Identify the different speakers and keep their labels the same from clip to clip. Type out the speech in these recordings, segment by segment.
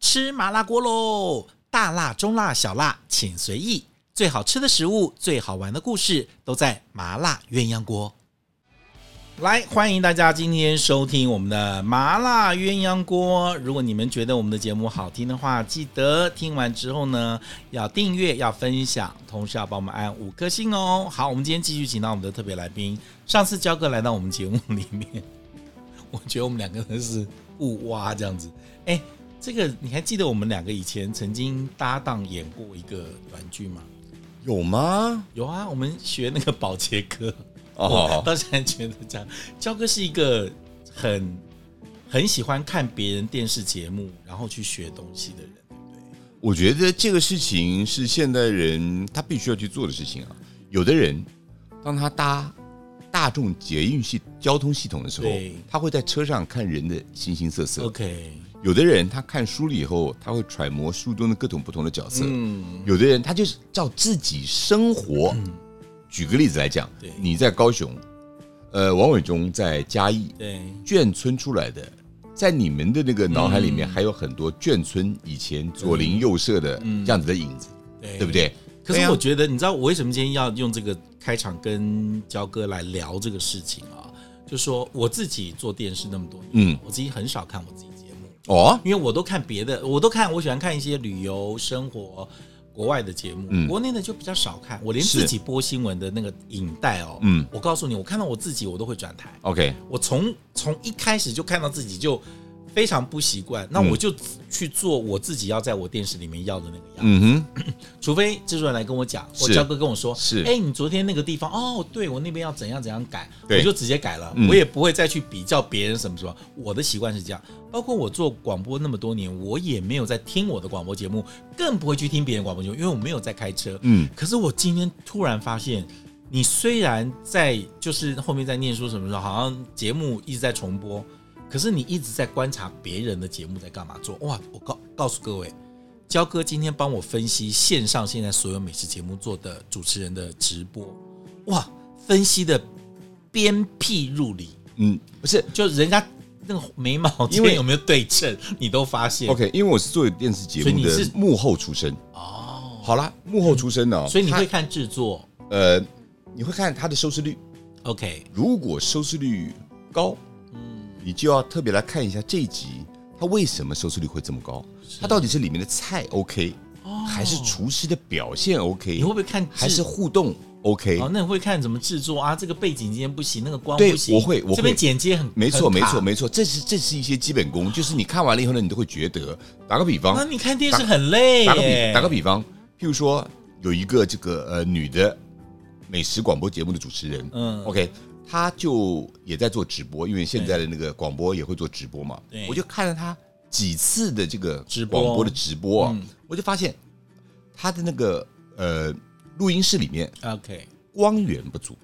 Speaker 1: 吃麻辣锅喽！大辣、中辣、小辣，请随意。最好吃的食物，最好玩的故事，都在麻辣鸳鸯锅。来，欢迎大家今天收听我们的麻辣鸳鸯锅。如果你们觉得我们的节目好听的话，记得听完之后呢，要订阅、要分享，同时要帮我们按五颗星哦。好，我们今天继续请到我们的特别来宾。上次焦哥来到我们节目里面，我觉得我们两个人是互挖这样子。哎，这个你还记得我们两个以前曾经搭档演过一个短剧吗？
Speaker 2: 有吗？
Speaker 1: 有啊，我们学那个保洁哥。 我
Speaker 2: 哦，
Speaker 1: 到现在觉得这样，焦哥是一个很很喜欢看别人电视节目，然后去学东西的人。
Speaker 2: 我觉得这个事情是现代人他必须要去做的事情啊。有的人，当他搭大众捷运系交通系统的时候
Speaker 1: 对，哦
Speaker 2: 他会在车上看人的形形色色；
Speaker 1: OK，
Speaker 2: 有的人他看书了以后，他会揣摩书中的各种不同的角色；
Speaker 1: 嗯，
Speaker 2: 有的人他就是照自己生活。举个例子来讲
Speaker 1: 对，
Speaker 2: 你在高雄，呃，王伟忠在嘉义，
Speaker 1: 对，
Speaker 2: 眷村出来的，在你们的那个脑海里
Speaker 1: 嗯
Speaker 2: 面还有很多眷村以前左邻右舍的
Speaker 1: 嗯
Speaker 2: 这样子的影子，
Speaker 1: 对，
Speaker 2: 对不？对？
Speaker 1: 可
Speaker 2: 对
Speaker 1: 是
Speaker 2: 啊
Speaker 1: 我觉得，你知道我为什么今天要用这个开场跟焦哥来聊这个事情啊？就说我自己做电视那么多年，
Speaker 2: 嗯
Speaker 1: 我自己很少看我自己节目，
Speaker 2: 哦，
Speaker 1: 因为我都看别的，我都看，我喜欢看一些旅游、生活、国外的节目，
Speaker 2: 嗯
Speaker 1: 国内的就比较少看。我连
Speaker 2: 是
Speaker 1: 自己播新闻的那个影带哦，
Speaker 2: 嗯
Speaker 1: 我告诉你，我看到我自己，我都会转台。
Speaker 2: ，OK，
Speaker 1: 我从从一开始就看到自己就非常不习惯，那
Speaker 2: 嗯
Speaker 1: 我就去做我自己要在我电视里面要的那个样子。
Speaker 2: 嗯哼，
Speaker 1: 除非制作人来跟我讲，或
Speaker 2: 是
Speaker 1: 焦哥跟我说，
Speaker 2: 是
Speaker 1: 哎、你昨天那个地方，哦，对我那边要怎样怎样改，我
Speaker 2: 对
Speaker 1: 就直接改了，
Speaker 2: 嗯
Speaker 1: 我也不会再去比较别人什么什么。我的习惯是这样，包括我做广播那么多年，我也没有在听我的广播节目，更不会去听别人广播节目，因为我没有在开车。
Speaker 2: 嗯，
Speaker 1: 可是我今天突然发现，你虽然在就是后面在念书什么时候，好像节目一直在重播，可是你一直在观察别人的节目在干嘛做。哇，我告告诉各位，焦哥今天帮我分析线上现在所有美食节目做的主持人的直播，哇，分析的鞭辟入里，
Speaker 2: 嗯，不是
Speaker 1: 就人家那个眉毛
Speaker 2: 因
Speaker 1: 因
Speaker 2: 为
Speaker 1: 为有没有对称，你都发现。
Speaker 2: ，OK，因为我是做电视节
Speaker 1: 所以
Speaker 2: 目
Speaker 1: 你是
Speaker 2: 的幕后出身，
Speaker 1: 哦，
Speaker 2: 好啦，幕后出身呢、
Speaker 1: 所以你
Speaker 2: 他
Speaker 1: 会看制作
Speaker 2: 呃，你会看他的收视率，
Speaker 1: ，OK，
Speaker 2: 如果收视率高，
Speaker 1: 嗯
Speaker 2: 你就要特别来看一下这一集，它为什么收视率会这么高？它到底是里面的菜 OK，、还是厨师的表现 OK？
Speaker 1: 哦你会不会看制
Speaker 2: 还是互动 OK？、
Speaker 1: 哦，那你会看怎么制作啊？这个背景今天不行，那个光
Speaker 2: 对
Speaker 1: 不行，
Speaker 2: 我会我会
Speaker 1: 这边剪接很
Speaker 2: 没错，
Speaker 1: 很
Speaker 2: 没
Speaker 1: 卡
Speaker 2: 错，没错，这是这是一些基本功，就是你看完了以后呢，你都会觉得。打个比方
Speaker 1: 那，你看电视很累
Speaker 2: 打个比
Speaker 1: 耶，
Speaker 2: 打个比方，譬如说有一个这个呃女的美食广播节目的主持人，
Speaker 1: 嗯
Speaker 2: 嗯，OK，她就也在做直播，因为现在的那个广播也会做直播嘛
Speaker 1: 对，
Speaker 2: 我就看了她几次的这个
Speaker 1: 直播
Speaker 2: 广播的直播啊
Speaker 1: 嗯，
Speaker 2: 我就发现她的那个呃录音室里面
Speaker 1: OK，
Speaker 2: 光源不足，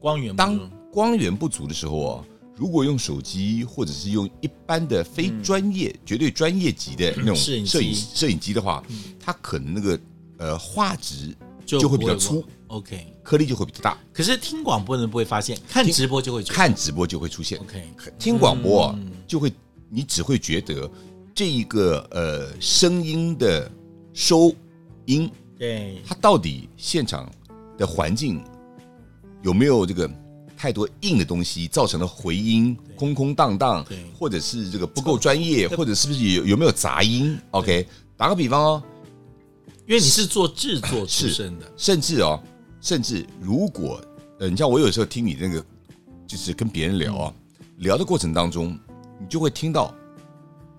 Speaker 1: 光源不
Speaker 2: 当
Speaker 1: 足
Speaker 2: 光源不足的时候啊，如果用手机或者是用一般的非专业、绝对专业级的那
Speaker 1: 嗯
Speaker 2: 种
Speaker 1: 摄影机嗯
Speaker 2: 摄影摄影机的话，它可能那个呃画质就
Speaker 1: 不
Speaker 2: 会比较粗，
Speaker 1: OK，
Speaker 2: 颗粒就会比较大，
Speaker 1: 可是听广播的人不会发现，看直播就会觉得
Speaker 2: 看直播就会出现。
Speaker 1: OK，嗯
Speaker 2: 听广播啊、就会，你只会觉得这一个呃声音的收音，
Speaker 1: 对，
Speaker 2: 它到底现场的环境有没有这个太多硬的东西造成的回音空空荡荡
Speaker 1: 对，
Speaker 2: 或者是这个不够专业，或者是不是有有没有杂音？OK，打个比方哦，
Speaker 1: 因为你是做制作出
Speaker 2: 是
Speaker 1: 身的，
Speaker 2: 甚至哦，甚至如果呃，你像我有时候听你那个，就是跟别人聊啊，
Speaker 1: 嗯
Speaker 2: 聊的过程当中，你就会听到，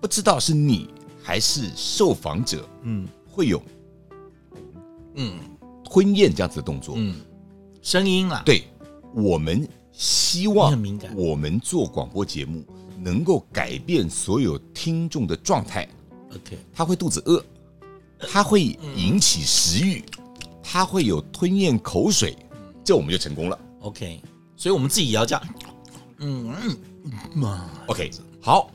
Speaker 2: 不知道是你还是受访者
Speaker 1: 嗯
Speaker 2: 会有
Speaker 1: 嗯
Speaker 2: 吞咽这样子的动作，
Speaker 1: 嗯，声音啊啦，，
Speaker 2: 对，我们希
Speaker 1: 你
Speaker 2: 望
Speaker 1: 很敏感
Speaker 2: 我们做广播节目能够改变所有听众的状态，
Speaker 1: OK，
Speaker 2: 他会肚子饿，他会引起食欲，他会有吞咽口水，这我们就成功了。
Speaker 1: OK，所以我们自己也要这样，嗯嗯嗯嘛，
Speaker 2: OK，好，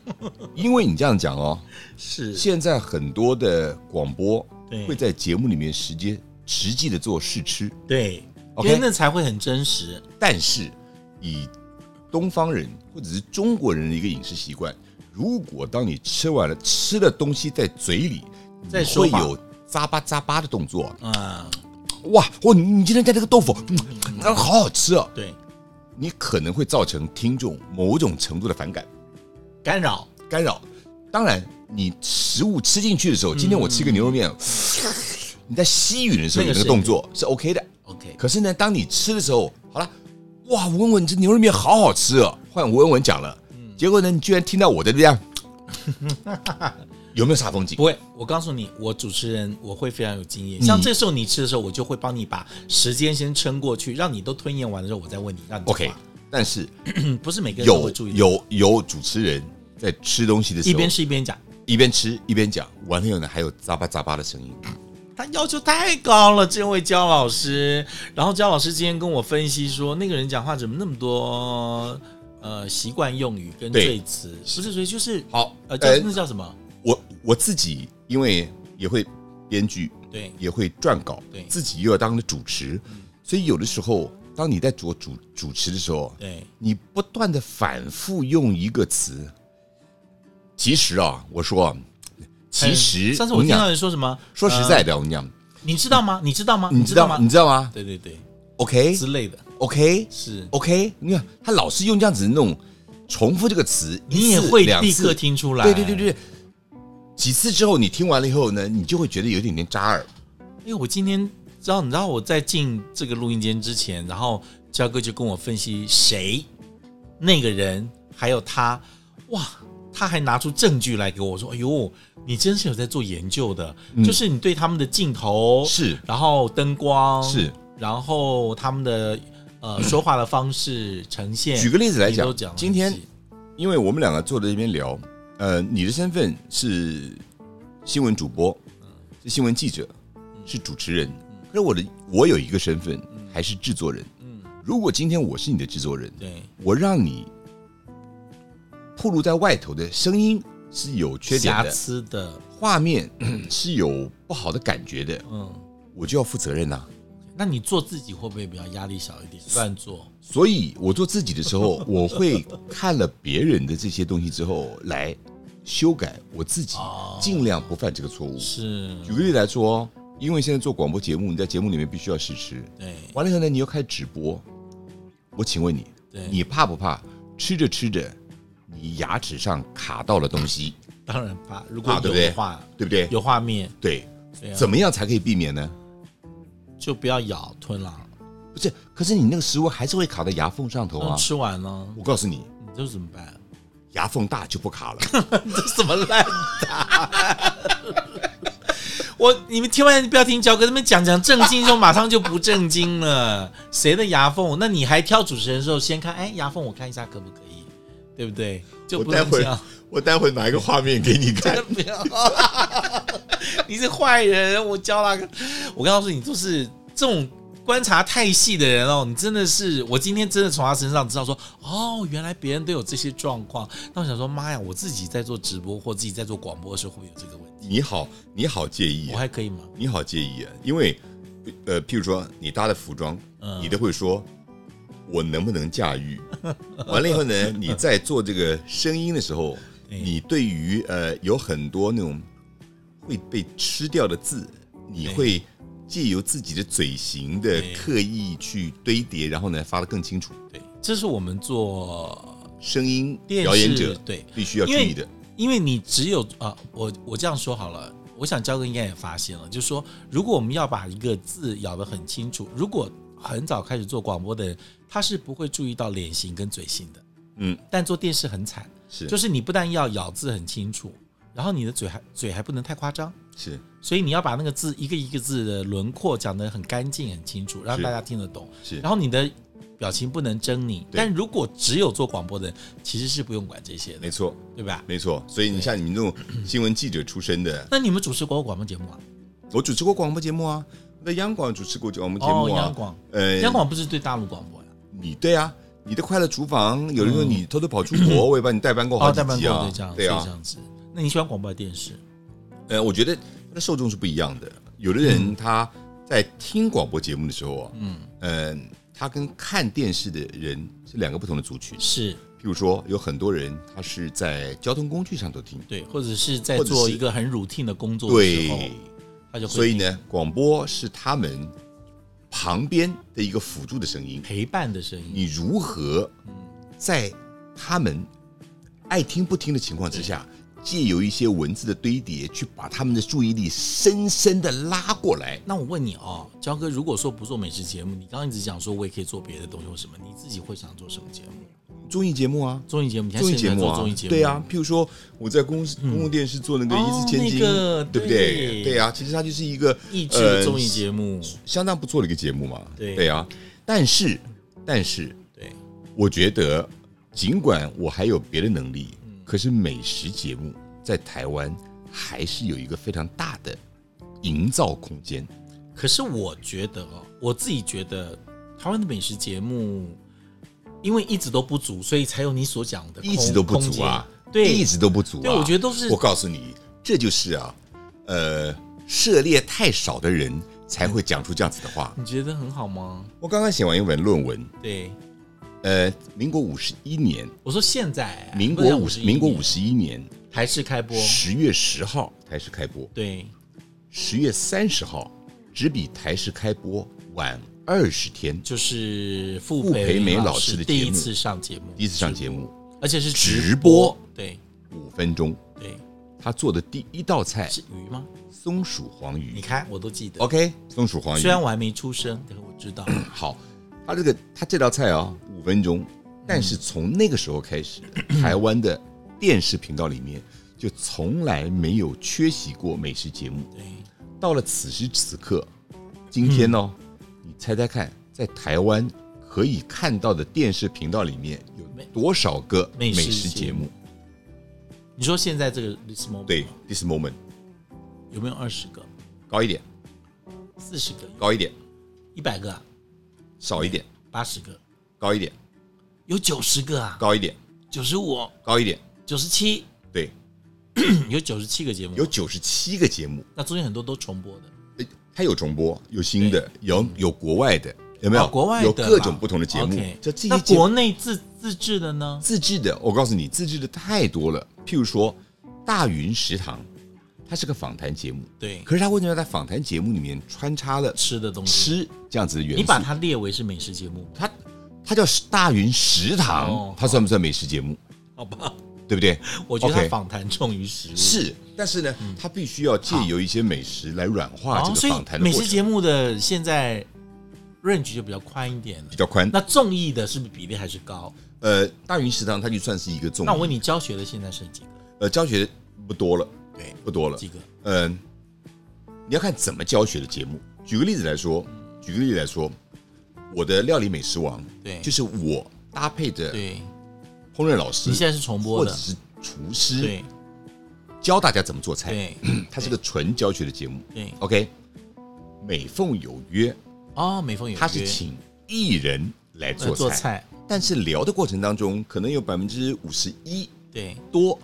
Speaker 2: 因为你这样讲哦，
Speaker 1: 是
Speaker 2: 现在很多的广播
Speaker 1: 对
Speaker 2: 会在节目里面直接实际的做试吃，
Speaker 1: 对，因
Speaker 2: OK
Speaker 1: 为那才会很真实，
Speaker 2: 但是以东方人或者是中国人的一个饮食习惯，如果当你吃完了吃的东西在嘴里，
Speaker 1: 再
Speaker 2: 你
Speaker 1: 说
Speaker 2: 会
Speaker 1: 吧
Speaker 2: 有咂巴咂巴的动作。
Speaker 1: 嗯，
Speaker 2: 哇，哇，你你今天带这个豆腐，嗯，啊好好吃哦。
Speaker 1: 对，
Speaker 2: 你可能会造成听众某种程度的反感
Speaker 1: 干扰，
Speaker 2: 干扰。当然，你食物吃进去的时候，今天我吃一个牛肉 面，你在吸吮的时候
Speaker 1: 那
Speaker 2: 有
Speaker 1: 个
Speaker 2: 那个
Speaker 1: 是
Speaker 2: 动作是 OK 的。
Speaker 1: OK，
Speaker 2: 可是呢，当你吃的时候，好了，哇，文文，你这牛肉面好好吃哦。换文文讲了，
Speaker 1: 嗯
Speaker 2: 结果呢，你居然听到我在这样， 有没有煞风景
Speaker 1: 不？会，我告诉你，我主持人我会非常有经
Speaker 2: 嗯
Speaker 1: 验。像这时候你吃的时候，我就会帮你把时间先撑过去，让你都吞咽完了之后，我再问你，让你
Speaker 2: OK，
Speaker 1: 话
Speaker 2: 但是
Speaker 1: 嗯不是每个人都
Speaker 2: 有
Speaker 1: 会注意，
Speaker 2: 有有主持人在吃东西的时
Speaker 1: 一
Speaker 2: 候，
Speaker 1: 边吃一边讲，
Speaker 2: 一边吃一边讲，完了以后呢，还有咂巴咂巴的声音。
Speaker 1: 他要求太高了，这位焦老师。然后焦老师今天跟我分析说，那个人讲话怎么那么多呃习惯用语跟
Speaker 2: 对
Speaker 1: 赘词，不是所以就是
Speaker 2: 好
Speaker 1: 呃叫
Speaker 2: 呃
Speaker 1: 那叫什么？
Speaker 2: 我我自己因为也会编剧，
Speaker 1: 对
Speaker 2: 也会撰稿
Speaker 1: 对，嗯
Speaker 2: 自己又要当主持，所以有的时候，当你在做主主持的时候，
Speaker 1: 对，
Speaker 2: 你不断的反复用一个词。其实啊，我说啊，其实
Speaker 1: 哎上次
Speaker 2: 我
Speaker 1: 我
Speaker 2: 跟你
Speaker 1: 听到
Speaker 2: 讲，
Speaker 1: 人说什么？
Speaker 2: 说实在的，我跟你讲，
Speaker 1: 你知道吗？你知道吗？
Speaker 2: 你知道吗？
Speaker 1: 吗
Speaker 2: 你？知道吗
Speaker 1: 对对对，
Speaker 2: ？OK
Speaker 1: 之类的，
Speaker 2: OK
Speaker 1: 是
Speaker 2: OK，你看他老是用这样子那种重复这个词，
Speaker 1: 你
Speaker 2: 一
Speaker 1: 也
Speaker 2: 次
Speaker 1: 会
Speaker 2: 两
Speaker 1: 立
Speaker 2: 次
Speaker 1: 刻听出来。
Speaker 2: 对对对对，对几次之后你听完了以后呢，你就会觉得有点点扎耳。
Speaker 1: 因为我今天知道，你知道我在进这个录音间之前，然后焦哥就跟我分析谁那个人，还有他，哇，他还拿出证据来给我说：“哎呦，你真是有在做研究的，就是你对他们的镜头
Speaker 2: 嗯是
Speaker 1: 然后灯光
Speaker 2: 是，
Speaker 1: 然后他们的呃说话的方式呈现。
Speaker 2: 举个例子来
Speaker 1: 你都讲
Speaker 2: 讲，
Speaker 1: 了
Speaker 2: 今天
Speaker 1: 是
Speaker 2: 因为我们两个坐在这边聊，呃，你的身份是新闻主播，是新闻记者，是主持人。可是我的我有一个身份还是制作人。如果今天我是你的制作人，
Speaker 1: 对
Speaker 2: 我让你暴露在外头的声音是有缺点
Speaker 1: 瑕
Speaker 2: 的，
Speaker 1: 疵的，
Speaker 2: 画面是有不好的感觉的，
Speaker 1: 嗯。”
Speaker 2: 我就要负责任呐、
Speaker 1: 那你做自己会不会比较压力小一点？乱做，
Speaker 2: 所以我做自己的时候， 我会看了别人的这些东西之后来修改我自己
Speaker 1: 哦，
Speaker 2: 尽量不犯这个错误。
Speaker 1: 是，
Speaker 2: 举个例来说，因为现在做广播节目，你在节目里面必须要试吃，
Speaker 1: 对
Speaker 2: 完了以后呢，你又开始直播。我请问你，
Speaker 1: 对，
Speaker 2: 你怕不怕吃着吃着，你牙齿上卡到了东西，
Speaker 1: 当然怕，如果
Speaker 2: 怕啊对
Speaker 1: 有
Speaker 2: 不对
Speaker 1: 的话，
Speaker 2: 对不对？
Speaker 1: 有画面，
Speaker 2: 对，
Speaker 1: 对啊，
Speaker 2: 怎么样才可以避免呢？
Speaker 1: 就不要咬吞了，
Speaker 2: 不是，可是你那个食物还是会卡到牙缝上头
Speaker 1: 那
Speaker 2: 啊！
Speaker 1: 吃完了，
Speaker 2: 我告诉你，
Speaker 1: 你这怎么办？
Speaker 2: 牙缝大就不卡了。
Speaker 1: 这什么烂答案？ 我你们听完不要听焦哥他们讲讲正经之后，马上就不正经了。 谁的牙缝？那你还挑主持人的时候，先看，哎，牙缝我看一下可不可以，对不对？就
Speaker 2: 我
Speaker 1: 不
Speaker 2: 待
Speaker 1: 能这
Speaker 2: 会
Speaker 1: 样
Speaker 2: 儿。我待会儿拿一个画面给 你看。
Speaker 1: 不要，你是坏人，我教那个，我告诉你，就是这种观察太细的人哦，你真的是，我今天真的从他身上知道说，哦，原来别人都有这些状况。那我想说，妈呀，我自己在做直播或自己在做广播的时候会不会有这个问题，
Speaker 2: 你好，你好介意
Speaker 1: 我
Speaker 2: 啊，
Speaker 1: 还可以吗？
Speaker 2: 你好介意啊，因为呃，譬如说你搭的服装，
Speaker 1: 嗯
Speaker 2: 你都会说。我能不能驾驭？ 完了以后呢，你在做这个声音的时候，
Speaker 1: 哎
Speaker 2: 你对于呃有很多那种会被吃掉的字，你
Speaker 1: 哎
Speaker 2: 会借由自己的嘴型的
Speaker 1: 哎
Speaker 2: 刻意去堆叠，然后呢发的更清楚。
Speaker 1: 对，这是我们做
Speaker 2: 声音
Speaker 1: 电视
Speaker 2: 表演者
Speaker 1: 对
Speaker 2: 必须要注
Speaker 1: 因为
Speaker 2: 意的，
Speaker 1: 因为你只有啊、我我这样说好了，我想焦哥应该也发现了，就是说，如果我们要把一个字咬得很清楚，如果很早开始做广播的人，他是不会注意到脸型跟嘴型的，
Speaker 2: 嗯，
Speaker 1: 但做电视很惨，
Speaker 2: 是
Speaker 1: 就是你不但要咬字很清楚，然后你的嘴还嘴还不能太夸张。
Speaker 2: 是
Speaker 1: 所以你要把那个字一个一个字的轮廓讲得很干净、很清楚，让
Speaker 2: 是
Speaker 1: 大家听得懂。
Speaker 2: 是
Speaker 1: 然后你的表情不能狰狞。但如果只有做广播的人，其实是不用管这些的
Speaker 2: 没，错。
Speaker 1: 对吧？
Speaker 2: 没错，所以你像你们这种新闻记者出身的，
Speaker 1: 那你们主持过广播节目啊？
Speaker 2: 我主持过广播节目啊，我在央广主持过广播节目
Speaker 1: 哦、
Speaker 2: 啊。
Speaker 1: 央广，
Speaker 2: 呃，
Speaker 1: 央，广不是对大陆广播呀、
Speaker 2: 你对啊，你的快乐厨房，有人说你偷偷跑出国，我也把你代班过好
Speaker 1: 嗯哦，
Speaker 2: 几
Speaker 1: 代班
Speaker 2: 集
Speaker 1: 过
Speaker 2: 啊
Speaker 1: 对这样，，
Speaker 2: 对
Speaker 1: 是这
Speaker 2: 啊。
Speaker 1: 样子。那你喜欢广播还是电视？
Speaker 2: 呃，我觉得他的受众是不一样的，有的人他在听广播节目的时候啊，嗯，呃，他跟看电视的人是两个不同的族群。
Speaker 1: 是
Speaker 2: 譬如说，有很多人他是在交通工具上头听，
Speaker 1: 对，或者是在
Speaker 2: 或者
Speaker 1: 做
Speaker 2: 是
Speaker 1: 一个很 routine 的工作的时候
Speaker 2: 对，，
Speaker 1: 他就会
Speaker 2: 所以呢，广播是他们旁边的一个辅助的声音。
Speaker 1: 陪伴的声音，
Speaker 2: 你如何在他们爱听不听的情况之下，借由一些文字的堆叠，去把他们的注意力深深的拉过来？
Speaker 1: 那我问你哦，焦哥，如果说不做美食节目，你刚刚一直讲说我也可以做别的东西或什么，你自己会想做什么节目？
Speaker 2: 综艺节目啊，
Speaker 1: 综艺节目，你看
Speaker 2: 综艺
Speaker 1: 现
Speaker 2: 节
Speaker 1: 在
Speaker 2: 目
Speaker 1: 做
Speaker 2: 啊
Speaker 1: 综艺节，目，
Speaker 2: 对啊，，譬如说我在公司公共电视做那个
Speaker 1: 哦
Speaker 2: 一字千金
Speaker 1: 那个，
Speaker 2: 对不
Speaker 1: 对
Speaker 2: 对？对啊，其实它就是一个
Speaker 1: 益智的
Speaker 2: 呃
Speaker 1: 综艺节目，
Speaker 2: 相当不错的一个节目嘛。
Speaker 1: 对
Speaker 2: 对啊，但是但是
Speaker 1: 对，
Speaker 2: 我觉得，尽管我还有别的能力，可是美食节目在台湾还是有一个非常大的营造空间。
Speaker 1: 可是我觉得哦，我自己觉得台湾的美食节目，因为一直都不足，所以才有你所讲的空
Speaker 2: 一直都不足啊
Speaker 1: 空间，对，
Speaker 2: 一直都不足啊。
Speaker 1: 对我觉得都是
Speaker 2: 我告诉你，这就是啊，呃，涉猎太少的人才会讲出这样子的话。
Speaker 1: 你觉得很好吗？
Speaker 2: 我刚刚写完一本论文，
Speaker 1: 对，
Speaker 2: 呃，民国五十一年，
Speaker 1: 我说现在啊
Speaker 2: 民
Speaker 1: 不
Speaker 2: 国
Speaker 1: 然
Speaker 2: 哎五
Speaker 1: 51
Speaker 2: 民国
Speaker 1: 年
Speaker 2: 五十一年
Speaker 1: 台式开播，
Speaker 2: 十月十号开始开播，
Speaker 1: 对，
Speaker 2: 十月三十号只比台视开播晚二十天，
Speaker 1: 就是傅
Speaker 2: 傅培梅
Speaker 1: 老
Speaker 2: 老师的
Speaker 1: 第
Speaker 2: 节
Speaker 1: 一
Speaker 2: 目
Speaker 1: 次上节目，
Speaker 2: 第一次上节目
Speaker 1: 而且是
Speaker 2: 直
Speaker 1: 播
Speaker 2: 播，
Speaker 1: 对
Speaker 2: 五分钟，
Speaker 1: 对，
Speaker 2: 他做的第一道菜
Speaker 1: 是鱼吗？
Speaker 2: 松鼠黄
Speaker 1: 你
Speaker 2: 鱼。
Speaker 1: 看我都记得，
Speaker 2: OK，松鼠黄鱼
Speaker 1: 虽。然我还没出生，但是我知道，
Speaker 2: 好，他这个他这道菜啊五分钟，
Speaker 1: 嗯
Speaker 2: 但是从那个时候开始，台湾的电视频道里面就从来没有缺席过美食节目。
Speaker 1: 对，
Speaker 2: 到了此时此刻，今天呢、
Speaker 1: 嗯
Speaker 2: 你猜猜看，在台湾可以看到的电视频道里面有多少个
Speaker 1: 美
Speaker 2: 美
Speaker 1: 食
Speaker 2: 食节目？
Speaker 1: 你说现在这个 this moment
Speaker 2: 对，this moment
Speaker 1: 有没有二十个、
Speaker 2: 高一点，
Speaker 1: 四十个、
Speaker 2: 高一点，
Speaker 1: 一百个啊、
Speaker 2: 少一点，
Speaker 1: 八十个，
Speaker 2: 高一点，
Speaker 1: 有九十个啊，
Speaker 2: 高一点，
Speaker 1: 九十五、
Speaker 2: 高一点，
Speaker 1: 九十七，
Speaker 2: 对，
Speaker 1: 有九十七个节目，
Speaker 2: 有九十七个节目，
Speaker 1: 那中间很多都重播的，
Speaker 2: 诶它有重播，有新的，有有国外的，有没有？
Speaker 1: 哦国外的
Speaker 2: 有
Speaker 1: 啦
Speaker 2: 各种不同的节目
Speaker 1: OK，。
Speaker 2: 这这
Speaker 1: 那
Speaker 2: 些节目
Speaker 1: 国内自自制的呢？
Speaker 2: 自制的，我告诉你，自制的太多了。譬如说大云食堂，它是个访谈节目，
Speaker 1: 对，
Speaker 2: 可是他为什么要在访谈节目里面穿插了
Speaker 1: 吃的东西，
Speaker 2: 吃这样子的元素？
Speaker 1: 你把它列为是美食节目吗？
Speaker 2: 它它叫大云食
Speaker 1: 哦
Speaker 2: 堂，它算不算美食节目？
Speaker 1: 好吧，
Speaker 2: 对不对？
Speaker 1: 我觉得它
Speaker 2: OK
Speaker 1: 访谈重于食物。
Speaker 2: 是，但是呢，它必须要借由一些美食来软化
Speaker 1: 哦，
Speaker 2: 啊这
Speaker 1: 嗯所
Speaker 2: 个访谈
Speaker 1: 以
Speaker 2: 的
Speaker 1: 美
Speaker 2: 过
Speaker 1: 食
Speaker 2: 程，
Speaker 1: 节目的现在 range 就比较宽一点了
Speaker 2: 比。较宽。
Speaker 1: 那综艺的是不是比例还是高？
Speaker 2: 呃，大云食堂它就算是一个综
Speaker 1: 那我
Speaker 2: 艺，
Speaker 1: 问你，教学的现在剩几个？
Speaker 2: 呃，教学不多了，
Speaker 1: 对，
Speaker 2: 不多了
Speaker 1: 几。个？
Speaker 2: 嗯，你要看怎么教学的节目。举个例子来说，举个例子来说，我的料理美食王，
Speaker 1: 对
Speaker 2: 就是我搭配的
Speaker 1: 对，
Speaker 2: 烹饪老师，
Speaker 1: 你现在是重播
Speaker 2: 或者
Speaker 1: 的，
Speaker 2: 是厨师
Speaker 1: 对
Speaker 2: 教大家怎么做菜，嗯
Speaker 1: 对
Speaker 2: 它是个纯教学的节目。
Speaker 1: 对。
Speaker 2: OK，美凤有约，
Speaker 1: 哦，美凤有约
Speaker 2: 它是请艺人来
Speaker 1: 呃
Speaker 2: 做
Speaker 1: 做
Speaker 2: 菜，
Speaker 1: 菜，
Speaker 2: 但是聊的过程当中，可能有百分之五十一
Speaker 1: 对，
Speaker 2: 多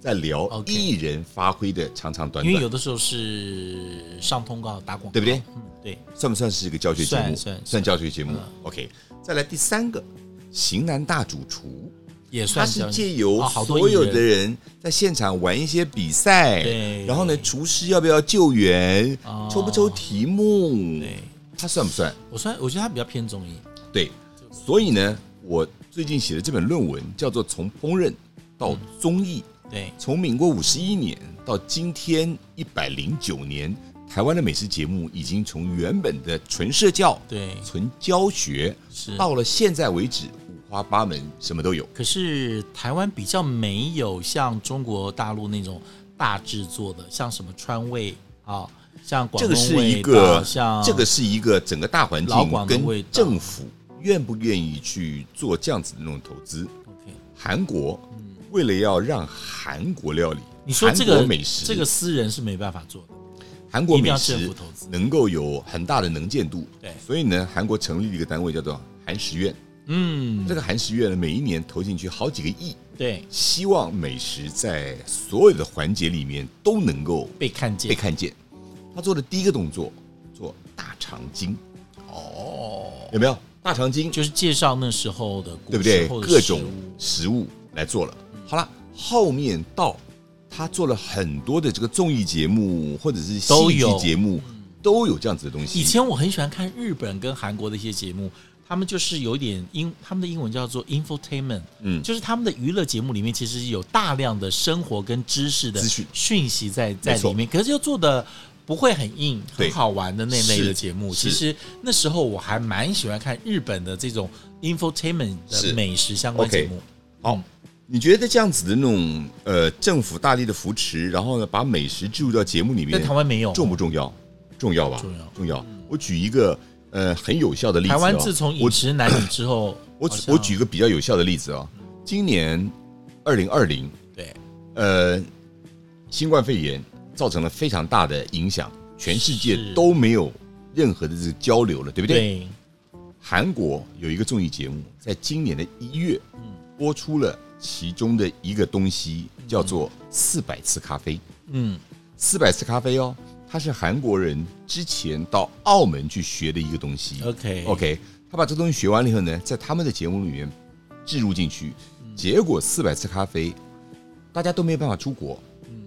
Speaker 2: 在聊
Speaker 1: OK
Speaker 2: 艺人发挥的长长短
Speaker 1: 因为
Speaker 2: 短，
Speaker 1: 有的时候是上通告打广告，
Speaker 2: 对不对？
Speaker 1: 嗯，对，
Speaker 2: 算不算是一个教学节目？
Speaker 1: 算算嗯
Speaker 2: 教学节目。OK，再来第三个，型男大主厨。
Speaker 1: 也
Speaker 2: 他
Speaker 1: 算
Speaker 2: 是
Speaker 1: 教育
Speaker 2: 借
Speaker 1: 哦
Speaker 2: 由
Speaker 1: 好多
Speaker 2: 所有
Speaker 1: 艺
Speaker 2: 的人在现场玩一些比赛
Speaker 1: 对，
Speaker 2: 然后呢，厨师要不要救援
Speaker 1: 哦，
Speaker 2: 抽不抽题目，
Speaker 1: 对，
Speaker 2: 他算不算？
Speaker 1: 我算我觉得他比较偏综艺，
Speaker 2: 对，所以呢，我最近写的这本论文叫做《从烹饪到综艺：
Speaker 1: 对，
Speaker 2: 从民国五十一年到今天一百零九年，台湾的美食节目已经从原本的纯社教、
Speaker 1: 对
Speaker 2: 纯教学，
Speaker 1: 是。
Speaker 2: 到了现在为止五花八门，什么都有。
Speaker 1: 可是台湾比较没有像中国大陆那种大制作的，像什么川味啊，像广
Speaker 2: 这
Speaker 1: 东
Speaker 2: 个是
Speaker 1: 味
Speaker 2: 一个
Speaker 1: 道像
Speaker 2: 这个是一个整个大环
Speaker 1: 老广
Speaker 2: 境
Speaker 1: 的味
Speaker 2: 跟
Speaker 1: 道
Speaker 2: 政府愿不愿意去做这样子的那种投资。
Speaker 1: OK。
Speaker 2: 韩国为了要让韩国料理，
Speaker 1: 嗯你说这
Speaker 2: 韩
Speaker 1: 个
Speaker 2: 国美食，
Speaker 1: 这个私人是没办法做的，
Speaker 2: 韩
Speaker 1: 一
Speaker 2: 国
Speaker 1: 定
Speaker 2: 美
Speaker 1: 要政
Speaker 2: 食
Speaker 1: 府投资
Speaker 2: 能够有很大的能见度，
Speaker 1: 对
Speaker 2: 所以呢，韩国成立了一个单位叫做韩食院。
Speaker 1: 嗯，
Speaker 2: 这个韩食院呢，每一年投进去好几个亿，
Speaker 1: 对，
Speaker 2: 希望美食在所有的环节里面都能够
Speaker 1: 被看见，
Speaker 2: 被看见。他做的第一个动作做大肠经，
Speaker 1: 哦，
Speaker 2: 有没有？大肠经，
Speaker 1: 就是介绍那时候的故事
Speaker 2: 对不对
Speaker 1: 或？者
Speaker 2: 各
Speaker 1: 食物
Speaker 2: 种食物来做了。好了，后面到他做了很多的这个综艺节目或者是
Speaker 1: 都
Speaker 2: 戏
Speaker 1: 有嗯
Speaker 2: 剧节目，都有这样子的东西。
Speaker 1: 以前我很喜欢看日本跟韩国的一些节目，他们就是有点英，他们的英文叫做 infotainment，
Speaker 2: 嗯
Speaker 1: 就是他们的娱乐节目里面其实有大量的生活跟知识的
Speaker 2: 资讯
Speaker 1: 讯息在在
Speaker 2: 没错
Speaker 1: 里面，可是又做的。不会很硬，
Speaker 2: 对
Speaker 1: 很好玩的那类
Speaker 2: 是
Speaker 1: 的节目。其
Speaker 2: 是
Speaker 1: 实那时候我还蛮喜欢看日本的这种 infotainment 的
Speaker 2: 是
Speaker 1: 美食相关
Speaker 2: OK
Speaker 1: 节目。
Speaker 2: 好，你觉得这样子的那种呃政府大力的扶持，然后呢把美食置入到节目里
Speaker 1: 在
Speaker 2: 面，
Speaker 1: 台湾没有，
Speaker 2: 重不重要？重要吧，
Speaker 1: 重要
Speaker 2: 我举一个呃很有效的例子、哦，
Speaker 1: 台湾自从
Speaker 2: 我
Speaker 1: 饮食男女之后，
Speaker 2: 我
Speaker 1: 好
Speaker 2: 举
Speaker 1: 像
Speaker 2: 我举一个比较有效的例子啊、今年二零二零，
Speaker 1: 对
Speaker 2: 呃，新冠肺炎造成了非常大的影响，全世界
Speaker 1: 是
Speaker 2: 都没有任何的这个交流了，对不对？
Speaker 1: 对
Speaker 2: 韩国有一个综艺节目，在今年的一月
Speaker 1: 嗯
Speaker 2: 播出了其中的一个东西，叫做“四百次咖啡”。
Speaker 1: 嗯，
Speaker 2: 四百次咖啡哦，它是韩国人之前到澳门去学的一个东西。
Speaker 1: OK
Speaker 2: OK，他把这东西学完了以后呢，在他们的节目里面置入进去，
Speaker 1: 嗯
Speaker 2: 结果四百次咖啡大家都没有办法出国，
Speaker 1: 嗯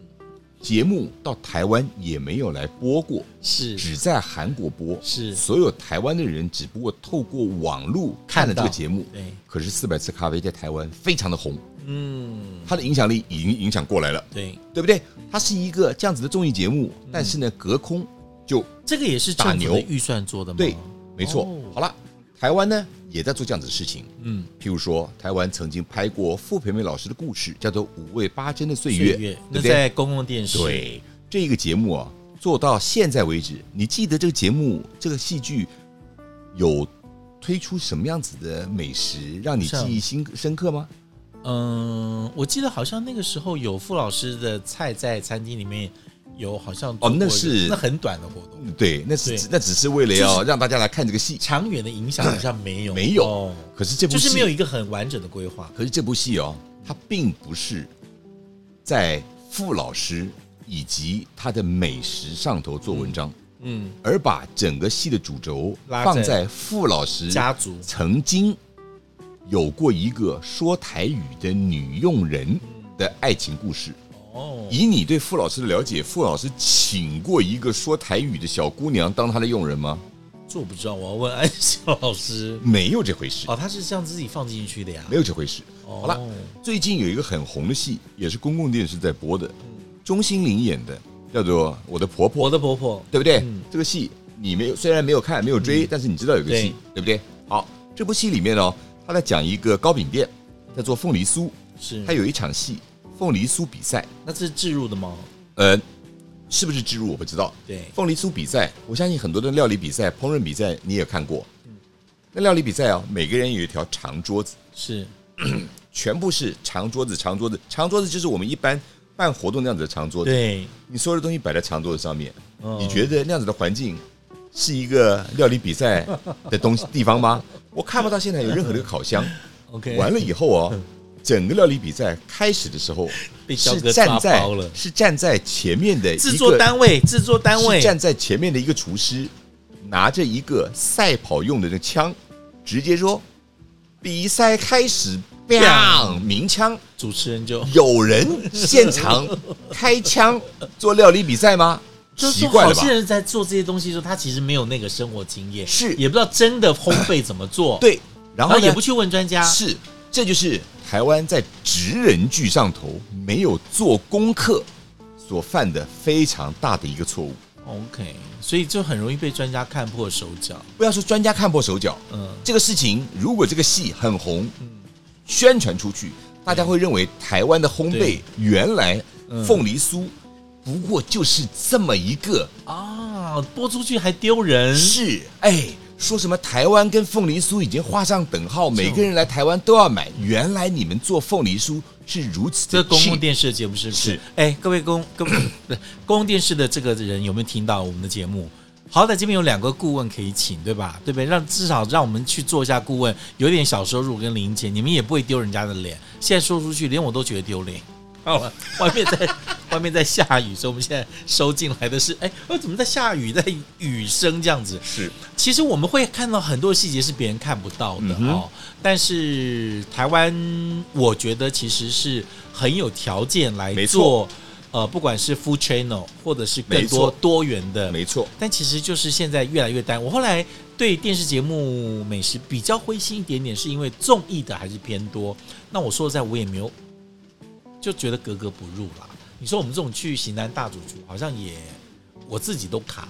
Speaker 2: 节目到台湾也没有来播过，
Speaker 1: 是
Speaker 2: 只在韩国播，
Speaker 1: 是
Speaker 2: 所有台湾的人只不过透过网络看了这个节目。
Speaker 1: 对，
Speaker 2: 可是四百次咖啡在台湾非常的红，
Speaker 1: 嗯，
Speaker 2: 它的影响力已经影响过来了。
Speaker 1: 对，
Speaker 2: 对不对？它是一个这样子的综艺节目，
Speaker 1: 嗯
Speaker 2: 但是呢，隔空就
Speaker 1: 这个也是
Speaker 2: 打
Speaker 1: 政府
Speaker 2: 牛
Speaker 1: 的预算做的吗？
Speaker 2: 对，没错
Speaker 1: 哦。
Speaker 2: 好了，台湾呢也在做这样子的事情，
Speaker 1: 嗯，
Speaker 2: 譬如说，台湾曾经拍过傅培梅老师的故事，叫做《五味八珍的岁月》，对
Speaker 1: 那
Speaker 2: 不对？
Speaker 1: 在公共电视，
Speaker 2: 对，这一个节目啊，做到现在为止，你记得这个节目这个戏剧有推出什么样子的美食，让你
Speaker 1: 是
Speaker 2: 记
Speaker 1: 啊
Speaker 2: 忆深深刻吗？
Speaker 1: 嗯，我记得好像那个时候有傅老师的菜在餐厅里面有，好像
Speaker 2: 哦
Speaker 1: 做过
Speaker 2: 那
Speaker 1: 一个
Speaker 2: 是嗯
Speaker 1: 那很短的活动，
Speaker 2: 对，那
Speaker 1: 对
Speaker 2: 是那只是为了要让大家来看这个戏，
Speaker 1: 长远的影响好像没有，
Speaker 2: 没有
Speaker 1: 哦
Speaker 2: 可是这部
Speaker 1: 就是
Speaker 2: 戏
Speaker 1: 没有一个很完整的规划。
Speaker 2: 可是这部戏哦，它并不是在傅老师以及他的美食上头做文章，
Speaker 1: 嗯，
Speaker 2: 而把整个戏的主轴
Speaker 1: 拉在
Speaker 2: 放在傅老师
Speaker 1: 家族
Speaker 2: 曾经有过一个说台语的女佣人的爱情故事。
Speaker 1: 哦，
Speaker 2: 以你对傅老师的了解，傅老师请过一个说台语的小姑娘当他的佣人吗？
Speaker 1: 这我不知道，我要问安秀老师。
Speaker 2: 没有这回事，
Speaker 1: 哦，他是这样自己放进去的呀
Speaker 2: 嗯没。有这回事。
Speaker 1: 哦
Speaker 2: 好了，最近有一个很红的戏，也是公共电视在播的，
Speaker 1: 嗯
Speaker 2: 钟欣凌演的，叫做《我的婆婆
Speaker 1: 我》，的婆婆，
Speaker 2: 对不对？这个戏你没有，虽然没有看，没有
Speaker 1: 嗯
Speaker 2: 追，但是你知道有个戏，对不对？好，这部戏里面呢，他在讲一个糕饼店在做凤梨酥，
Speaker 1: 是
Speaker 2: 他有一场戏凤梨酥比赛，
Speaker 1: 那这是置入的吗？
Speaker 2: 呃，是不是植入我不知道。
Speaker 1: 对
Speaker 2: 凤梨酥比赛，我相信很多的料理比赛、烹饪比赛你也看过。那料理比赛啊，每个人有一条长桌子，
Speaker 1: 是
Speaker 2: 全部是长桌子，长桌子，长桌子就是我们一般办活动那样子的长桌子。
Speaker 1: 对，
Speaker 2: 你所有的东西摆在长桌子上面，
Speaker 1: 嗯
Speaker 2: 你觉得那样子的环境是一个料理比赛的东西地 方吗？我看不到现在有任何的烤箱。
Speaker 1: OK
Speaker 2: 完了以后哦，整个料理比赛开始的时候
Speaker 1: 被肖
Speaker 2: 是
Speaker 1: 哥抓
Speaker 2: 站在
Speaker 1: 包了
Speaker 2: 是站在前面的一个
Speaker 1: 制作单位，制作单位
Speaker 2: 是站在前面的一个厨师，拿着一个赛跑用的那枪，直接说：“比赛开始 b 鸣枪。
Speaker 1: 主持人就
Speaker 2: 有人现场开枪做料理比赛吗？
Speaker 1: 就是
Speaker 2: 奇
Speaker 1: 说
Speaker 2: 怪
Speaker 1: 好
Speaker 2: 了吧
Speaker 1: 些？人在做这些东西的时候，他其实没有那个生活经验，
Speaker 2: 是
Speaker 1: 也不知道真的烘焙怎么做，，
Speaker 2: 对，
Speaker 1: 然
Speaker 2: 然后
Speaker 1: 后啊
Speaker 2: 呢
Speaker 1: 也不去问专家，
Speaker 2: 是，这就是台湾在职人剧上头没有做功课所犯的非常大的一个错误。
Speaker 1: OK，所以就很容易被专家看破手脚，
Speaker 2: 不要说专家看破手脚，
Speaker 1: 嗯，
Speaker 2: 这个事情如果这个戏很红，宣传出去，大家会认为台湾的烘焙
Speaker 1: 对
Speaker 2: 原来
Speaker 1: 嗯
Speaker 2: 凤梨酥不过就是这么一个
Speaker 1: 啊，播出去还丢人，
Speaker 2: 是，哎，说什么台湾跟凤梨酥已经画上等号，每个人来台湾都要买。原来你们做凤梨酥是如此
Speaker 1: 这
Speaker 2: 的
Speaker 1: 公共
Speaker 2: cheap
Speaker 1: 电视的节目是不是？
Speaker 2: 是
Speaker 1: 哎，各位公 公不是公共电视的这个人有没有听到我们的节目？好歹这边有两个顾问可以请，对吧？对不对？让至少让我们去做一下顾问，有点小收入跟零钱，你们也不会丢人家的脸。现在说出去，连我都觉得丢脸。好了， 外面在外面在下雨，所以我们现在收进来的是，哎，我怎么在下雨，在雨声这样子？
Speaker 2: 是
Speaker 1: 其实我们会看到很多细节是别人看不到的
Speaker 2: 嗯哼
Speaker 1: 哦，但是台湾我觉得其实是很有条件来
Speaker 2: 没
Speaker 1: 做
Speaker 2: 错，
Speaker 1: 呃，不管是 full channel 或者是更
Speaker 2: 没
Speaker 1: 多
Speaker 2: 错
Speaker 1: 多元的，
Speaker 2: 没错，
Speaker 1: 但其实就是现在越来越淡。我后来对电视节目美食比较灰心一点点，是因为综艺的还是偏多。那我说实在，我也没有就觉得格格不入啦。你说我们这种去型南大主厨，好像也我自己都卡，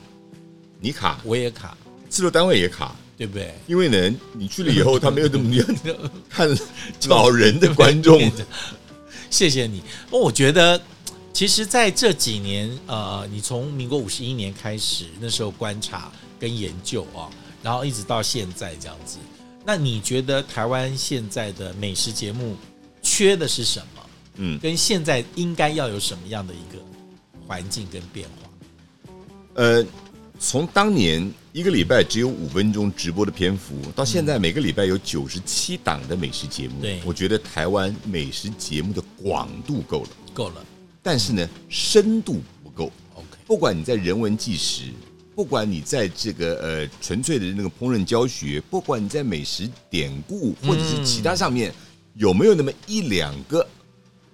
Speaker 2: 你卡，
Speaker 1: 我也卡，
Speaker 2: 制作单位也卡，
Speaker 1: 对不对？
Speaker 2: 因为呢，你去了以后，他没有这么看老人的观 众，
Speaker 1: 谢谢你。哦我觉得，其实在这几年，呃，你从民国五十一年开始，那时候观察跟研究啊、然后一直到现在这样子，那你觉得台湾现在的美食节目缺的是什么？
Speaker 2: 嗯
Speaker 1: 跟现在应该要有什么样的一个环境跟变化？
Speaker 2: 呃，从当年一个礼拜只有五分钟直播的篇幅，到现在每个礼拜有九十七档的美食节目，
Speaker 1: 对
Speaker 2: 我觉得台湾美食节目的广度够了，
Speaker 1: 够了
Speaker 2: 但是呢，深度不够。
Speaker 1: ，OK，
Speaker 2: 不管你在人文纪实，不管你在这个呃纯粹的那个烹饪教学，不管你在美食典故或者是其他上面，有没有那么一两个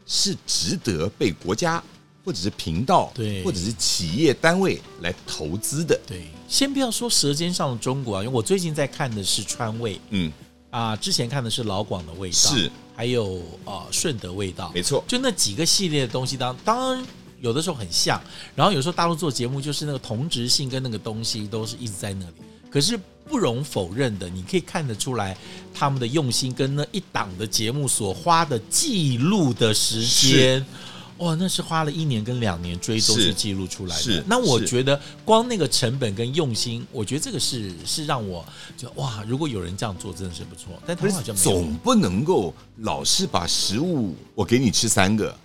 Speaker 2: 是值得被国家或者是频道，
Speaker 1: 对
Speaker 2: 或者是企业单位来投资的？
Speaker 1: 对，先不要说《舌尖上的中国》啊，因为我最近在看的是川味
Speaker 2: 嗯，
Speaker 1: 啊、之前看的是老广的味道，
Speaker 2: 是，
Speaker 1: 还有呃顺德味道，
Speaker 2: 没错，
Speaker 1: 就那几个系列的东西当，当然有的时候很像，然后有时候大陆做节目就是那个同质性跟那个东西都是一直在那里，可是不容否认的，你可以看得出来他们的用心跟那一档的节目所花的记录的时间。哇，那是花了一年跟两年追踪
Speaker 2: 是
Speaker 1: 去记录出来的
Speaker 2: 是。
Speaker 1: 那我
Speaker 2: 是
Speaker 1: 觉得光那个成本跟用心，我觉得这个是是让我觉得哇，如果有人这样做，真的是不错。但他
Speaker 2: 可
Speaker 1: 们好
Speaker 2: 是
Speaker 1: 像没有
Speaker 2: 总不能够老是把食物，我给你吃三个，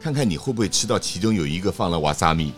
Speaker 2: 看看你会不会吃到其中有一个放了瓦 萨米。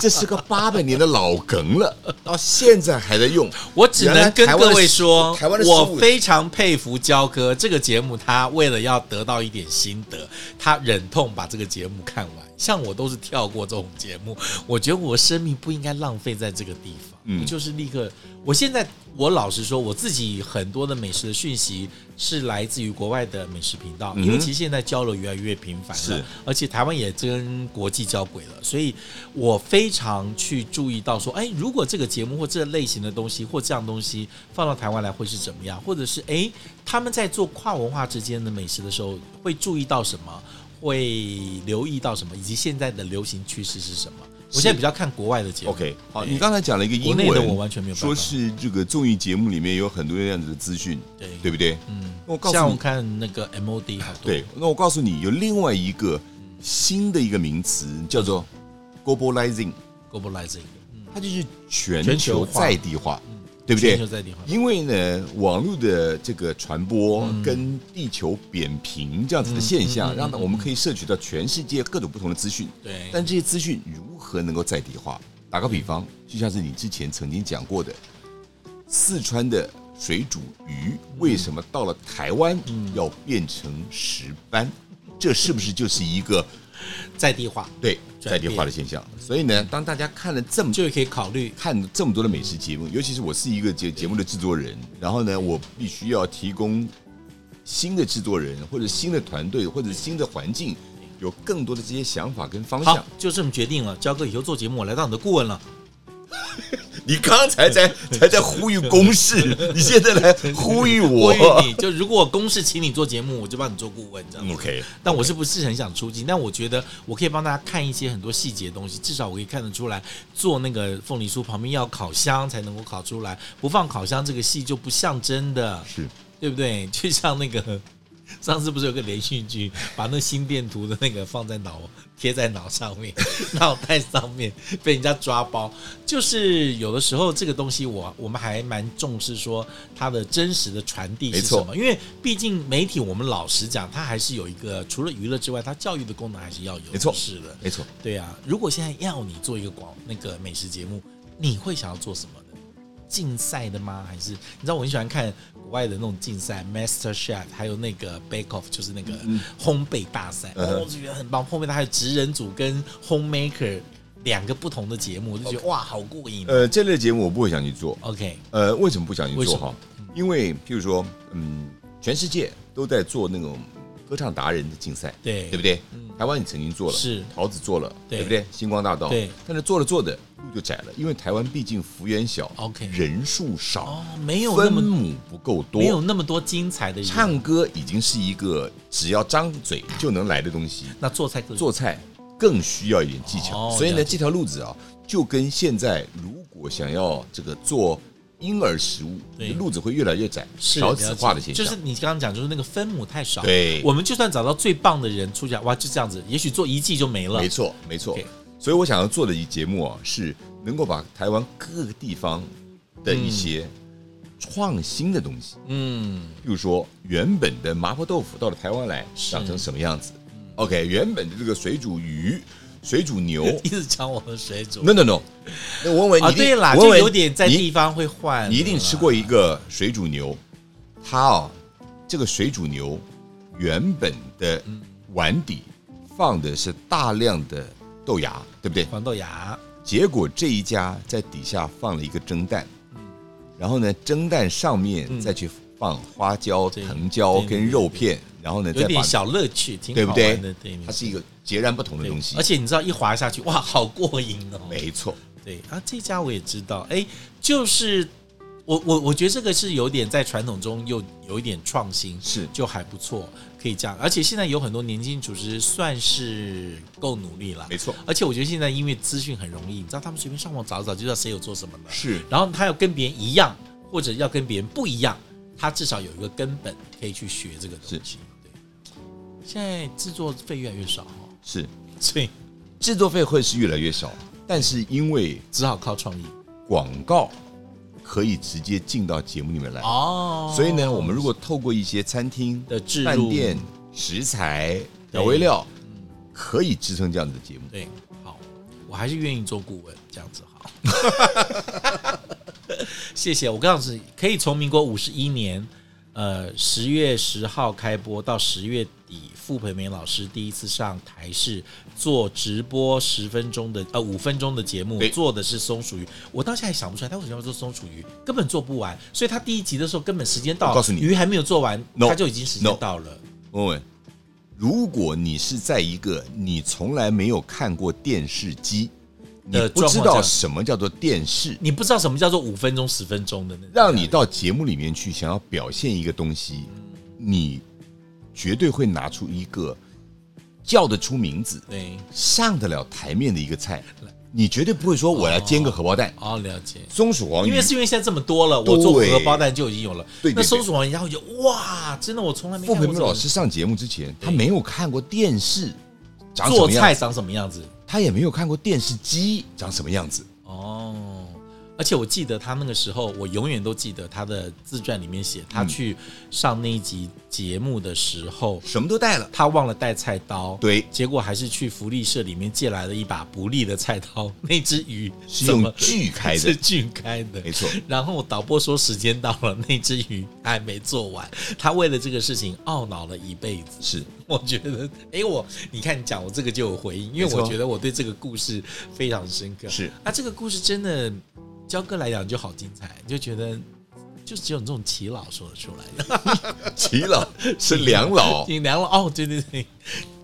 Speaker 2: 这是个八百年的老梗了，到现在还在用。
Speaker 1: 我只能跟各位说，
Speaker 2: 原来台湾的
Speaker 1: 我
Speaker 2: 食物
Speaker 1: 非常佩服焦哥这个节目，他为了要得到一点心得，他忍痛把这个节目看完。像我都是跳过这种节目，我觉得我生命不应该浪费在这个地方。
Speaker 2: 嗯
Speaker 1: 我就是立刻，我现在我老实说，我自己很多的美食的讯息是来自于国外的美食频道，
Speaker 2: 嗯哼
Speaker 1: 因为其实现在交流越来越频繁了
Speaker 2: 是，
Speaker 1: 而且台湾也跟国际交轨了，所以我非常去注意到说，哎，如果这个节目或这类型的东西或这样东西放到台湾来会是怎么样，或者是哎他们在做跨文化之间的美食的时候会注意到什么，会留意到什么，以及现在的流行趋势是什么。我
Speaker 2: 是
Speaker 1: 现在比较看国外的节目
Speaker 2: OK，好，
Speaker 1: 哎
Speaker 2: 你刚才讲了一个英
Speaker 1: 国内
Speaker 2: 文，
Speaker 1: 的我完全没有办法
Speaker 2: 说是这个综艺节目里面有很多这样子的资讯，
Speaker 1: 对
Speaker 2: 对不对？
Speaker 1: 嗯，
Speaker 2: 那我告
Speaker 1: 像
Speaker 2: 诉
Speaker 1: 我
Speaker 2: 你，
Speaker 1: 看那个 MOD 好多，
Speaker 2: 对，那我告诉你，有另外一个新的一个名词叫做 globalizing，
Speaker 1: ，globalizing，嗯，
Speaker 2: 它就是全
Speaker 1: 全球
Speaker 2: 球
Speaker 1: 化嗯
Speaker 2: 在地化，对不对？
Speaker 1: 全球在地化，
Speaker 2: 因为呢，网络的这个传播跟地球扁平这样子的现
Speaker 1: 嗯
Speaker 2: 象，让我们可以摄取到全世界各种不同的资讯。
Speaker 1: 对，
Speaker 2: 但这些资讯如何能够在地化？打个比方，就像是你之前曾经讲过的，四川的水煮鱼为什么到了台湾
Speaker 1: 嗯
Speaker 2: 要变成石斑？这是不是就是一个
Speaker 1: 在地化
Speaker 2: 对在
Speaker 1: 转变
Speaker 2: 地化的现象？所以呢，当大家看了这么
Speaker 1: 就可以考虑
Speaker 2: 看这么多的美食节目，尤其是我是一个节节目的制作人，然后呢，我必须要提供新的制作人或者新的团队或者新的环境，有更多的这些想法跟方
Speaker 1: 好
Speaker 2: 向。，
Speaker 1: 就这么决定了。焦哥以后做节目，我来当你的顾问了。
Speaker 2: 你刚才在才在呼吁公 事，你现在来呼吁
Speaker 1: 我
Speaker 2: 我。
Speaker 1: 与你就如果我公事请你做节目，我就帮你做顾问这样子。
Speaker 2: OK，
Speaker 1: 但我是不是很想出镜？但我觉得我可以帮大家看一些很多细节的东西，至少我可以看得出来，做那个凤梨酥旁边要烤箱才能够烤出来，不放烤箱这个戏就不像真的，
Speaker 2: 是
Speaker 1: 对不对？就像那个 上次不是有个连续剧，把那心电图的那个放在脑贴在脑上面， 脑袋上面被人家抓包。就是有的时候这个东西我，我们还蛮重视说它的真实的传递是
Speaker 2: 没错
Speaker 1: 什么，因为毕竟媒体，我们老实讲，它还是有一个除了娱乐之外，它教育的功能还是要有，
Speaker 2: 没错
Speaker 1: 是的，
Speaker 2: 没错。
Speaker 1: 对啊。如果现在要你做一个广那个美食节目，你会想要做什么呢？竞赛的吗？还是你知道我很喜欢看国外的那种竞赛，Master Chef，还有那个 Bake Off，就是那个烘焙大赛，
Speaker 2: 嗯
Speaker 1: 哦，我就觉得很棒。后面它还有职人组跟 Homemaker 两个不同的节目，我就觉得哇，好过瘾。
Speaker 2: 呃，这类节目我不会想去做。
Speaker 1: OK，
Speaker 2: 呃，为什么不想去
Speaker 1: 为什
Speaker 2: 做
Speaker 1: 么
Speaker 2: 哈？因为譬如说，嗯，全世界都在做那种歌唱达人的竞赛，
Speaker 1: 对
Speaker 2: 对不对？台湾也曾经做了，
Speaker 1: 哎嗯是
Speaker 2: 桃子做了，
Speaker 1: 对
Speaker 2: 对不对？星光大道，
Speaker 1: 对
Speaker 2: 但是做着做着路就窄了，因为台湾毕竟幅员小
Speaker 1: OK
Speaker 2: 人数少，
Speaker 1: 哦，没有那
Speaker 2: 分
Speaker 1: 么
Speaker 2: 母不够
Speaker 1: 没有
Speaker 2: 多。
Speaker 1: 那么多精彩的人，
Speaker 2: 唱歌已经是一个只要张嘴就能来的东西，
Speaker 1: 那做菜更
Speaker 2: 做菜更需要一点技巧。
Speaker 1: 哦
Speaker 2: 所以
Speaker 1: 了
Speaker 2: 呢，
Speaker 1: 解
Speaker 2: 这条路子啊，就跟现在如果想要这个做婴儿食物，
Speaker 1: 对
Speaker 2: 路子会越来越窄，
Speaker 1: 是
Speaker 2: 少子化的
Speaker 1: 了解
Speaker 2: 现象。
Speaker 1: 就是你刚刚讲，就是那个分母太少。
Speaker 2: 对
Speaker 1: 我们就算找到最棒的人出家，哇，就这样子，也许做一季就没了。
Speaker 2: 没错，没错
Speaker 1: OK。
Speaker 2: 所以我想要做的一节目啊，是能够把台湾各个地方的一些创新的东西，
Speaker 1: 嗯，
Speaker 2: 比如说原本的麻婆豆腐到了台湾来长成什么样子，OK，原本的这个水煮鱼、水煮牛
Speaker 1: 一直讲我们水煮。
Speaker 2: ，no no no，那文文你
Speaker 1: 啊，
Speaker 2: 一定
Speaker 1: 对啦，
Speaker 2: 文
Speaker 1: 就
Speaker 2: 文
Speaker 1: 有点在
Speaker 2: 你
Speaker 1: 地方会换。
Speaker 2: 你一定吃过一个水煮牛，它哦，这个水煮牛原本的碗底放的是大量的豆芽，对不对？
Speaker 1: 黄豆芽，
Speaker 2: 结果这一家在底下放了一个蒸蛋，然后呢，蒸蛋上面再去放花椒、
Speaker 1: 对
Speaker 2: 藤椒
Speaker 1: 对对
Speaker 2: 跟肉片，然后呢，
Speaker 1: 有
Speaker 2: 再把
Speaker 1: 点小乐趣，挺
Speaker 2: 对
Speaker 1: 好
Speaker 2: 不
Speaker 1: 玩的。
Speaker 2: 对
Speaker 1: 对，？
Speaker 2: 它是一个截然不同的
Speaker 1: 对
Speaker 2: 东西
Speaker 1: 而，且你知道一滑下去，哇，好过瘾哦。
Speaker 2: 没错，
Speaker 1: 对啊，这家我也知道，哎，就是我我我觉得这个是有点在传统中又有一点创新，
Speaker 2: 是
Speaker 1: 就还不错，可以这样。而且现在有很多年轻厨师算是够努力了
Speaker 2: 没，错，
Speaker 1: 而且我觉得现在因为资讯很容易，你知道他们随便上网找一找就知道谁有做什么了。
Speaker 2: 是
Speaker 1: 然后他要跟别人一样，或者要跟别人不一样，他至少有一个根本可以去学这个东西。对，现在制作费越来越少哦，
Speaker 2: 是，
Speaker 1: 所以
Speaker 2: 制作费会是越来越少，但是因为
Speaker 1: 只好靠创意
Speaker 2: 广告可以直接进到节目里面来。
Speaker 1: 哦。
Speaker 2: 所以呢，我们如果透过一些餐厅
Speaker 1: 的置入
Speaker 2: 饭店、食材、调味料，可以支撑这样子的节目。
Speaker 1: 对，好，我还是愿意做顾问，这样子好。 谢谢，我告诉你，可以从民国五十一年，呃，十月十号开播到十月底，傅培梅老师第一次上台是做直播十分钟的，呃，五分钟的节目
Speaker 2: 对，
Speaker 1: 做的是松鼠鱼。我到现在还想不出来他为什么要做松鼠鱼，根本做不完。所以他第一集的时候根本时间到了，
Speaker 2: 我告诉你
Speaker 1: 鱼还没有做完
Speaker 2: No，
Speaker 1: 他就已经时
Speaker 2: no
Speaker 1: 间到了。
Speaker 2: 文文，如果你是在一个你从来没有看过电视机，你
Speaker 1: 的
Speaker 2: 不知
Speaker 1: 状况
Speaker 2: 道
Speaker 1: 下
Speaker 2: 什么叫做电视，
Speaker 1: 你不知道什么叫做五分钟、十分钟的那种
Speaker 2: 让你到节目里面去想要表现一个东西，你绝对会拿出一个叫得出名字、
Speaker 1: 对
Speaker 2: 上得了台面的一个菜。你绝对不会说我要煎个荷包蛋、
Speaker 1: 哦，了解。
Speaker 2: 松鼠黄鱼，
Speaker 1: 因为是因为现在这么多了，
Speaker 2: 对
Speaker 1: 我做荷包蛋就已经有了。
Speaker 2: 嗯对对对
Speaker 1: 那松鼠王，然后我就哇，真的我从来没
Speaker 2: 傅
Speaker 1: 看过
Speaker 2: 培梅
Speaker 1: 这种
Speaker 2: 老师上节目之前，他没有看过电视长什
Speaker 1: 做
Speaker 2: 么样
Speaker 1: 菜
Speaker 2: 子，
Speaker 1: 长什么样子
Speaker 2: 他也没有看过电视机长什么样子。
Speaker 1: 哦。而且我记得他那个时候，我永远都记得他的自传里面写，他去上那一集节目的时候，
Speaker 2: 什么都带了，
Speaker 1: 他忘了带菜刀，
Speaker 2: 对
Speaker 1: 结果还是去福利社里面借来了一把不利的菜刀，那只鱼
Speaker 2: 是
Speaker 1: 怎么
Speaker 2: 用锯开的
Speaker 1: 是锯开的，
Speaker 2: 没错。
Speaker 1: 然后导播说时间到了，那只鱼还没做完，他为了这个事情懊恼了一辈子。
Speaker 2: 是
Speaker 1: 我觉得，哎，我你看你讲我这个就有回应，因
Speaker 2: 没
Speaker 1: 为
Speaker 2: 错
Speaker 1: 我觉得我对这个故事非常深刻。
Speaker 2: 是
Speaker 1: 啊，这个故事真的，焦哥来讲就好精彩，你就觉得就只有你这种耆老说得出来的。
Speaker 2: 齐老 是梁老，
Speaker 1: 你聊了哦，对对对，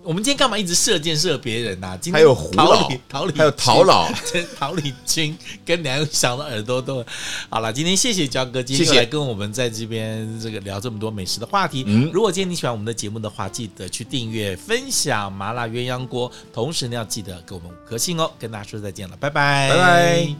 Speaker 1: 我们今天干嘛一直射箭射别人呐、今天
Speaker 2: 还有胡
Speaker 1: 桃
Speaker 2: 老
Speaker 1: 李，桃李，
Speaker 2: 还有陶老，
Speaker 1: 真桃李君跟梁永祥的耳朵都好了。今天谢谢焦哥，今天
Speaker 2: 谢
Speaker 1: 又
Speaker 2: 谢
Speaker 1: 来跟我们在这边这个聊这么多美食的话题。
Speaker 2: 嗯
Speaker 1: 如果今天你喜欢我们的节目的话，记得去订阅、分享 麻辣鸳鸯锅，同时呢要记得给我们五颗星哦。跟大家说再见了，拜拜，
Speaker 2: 拜拜。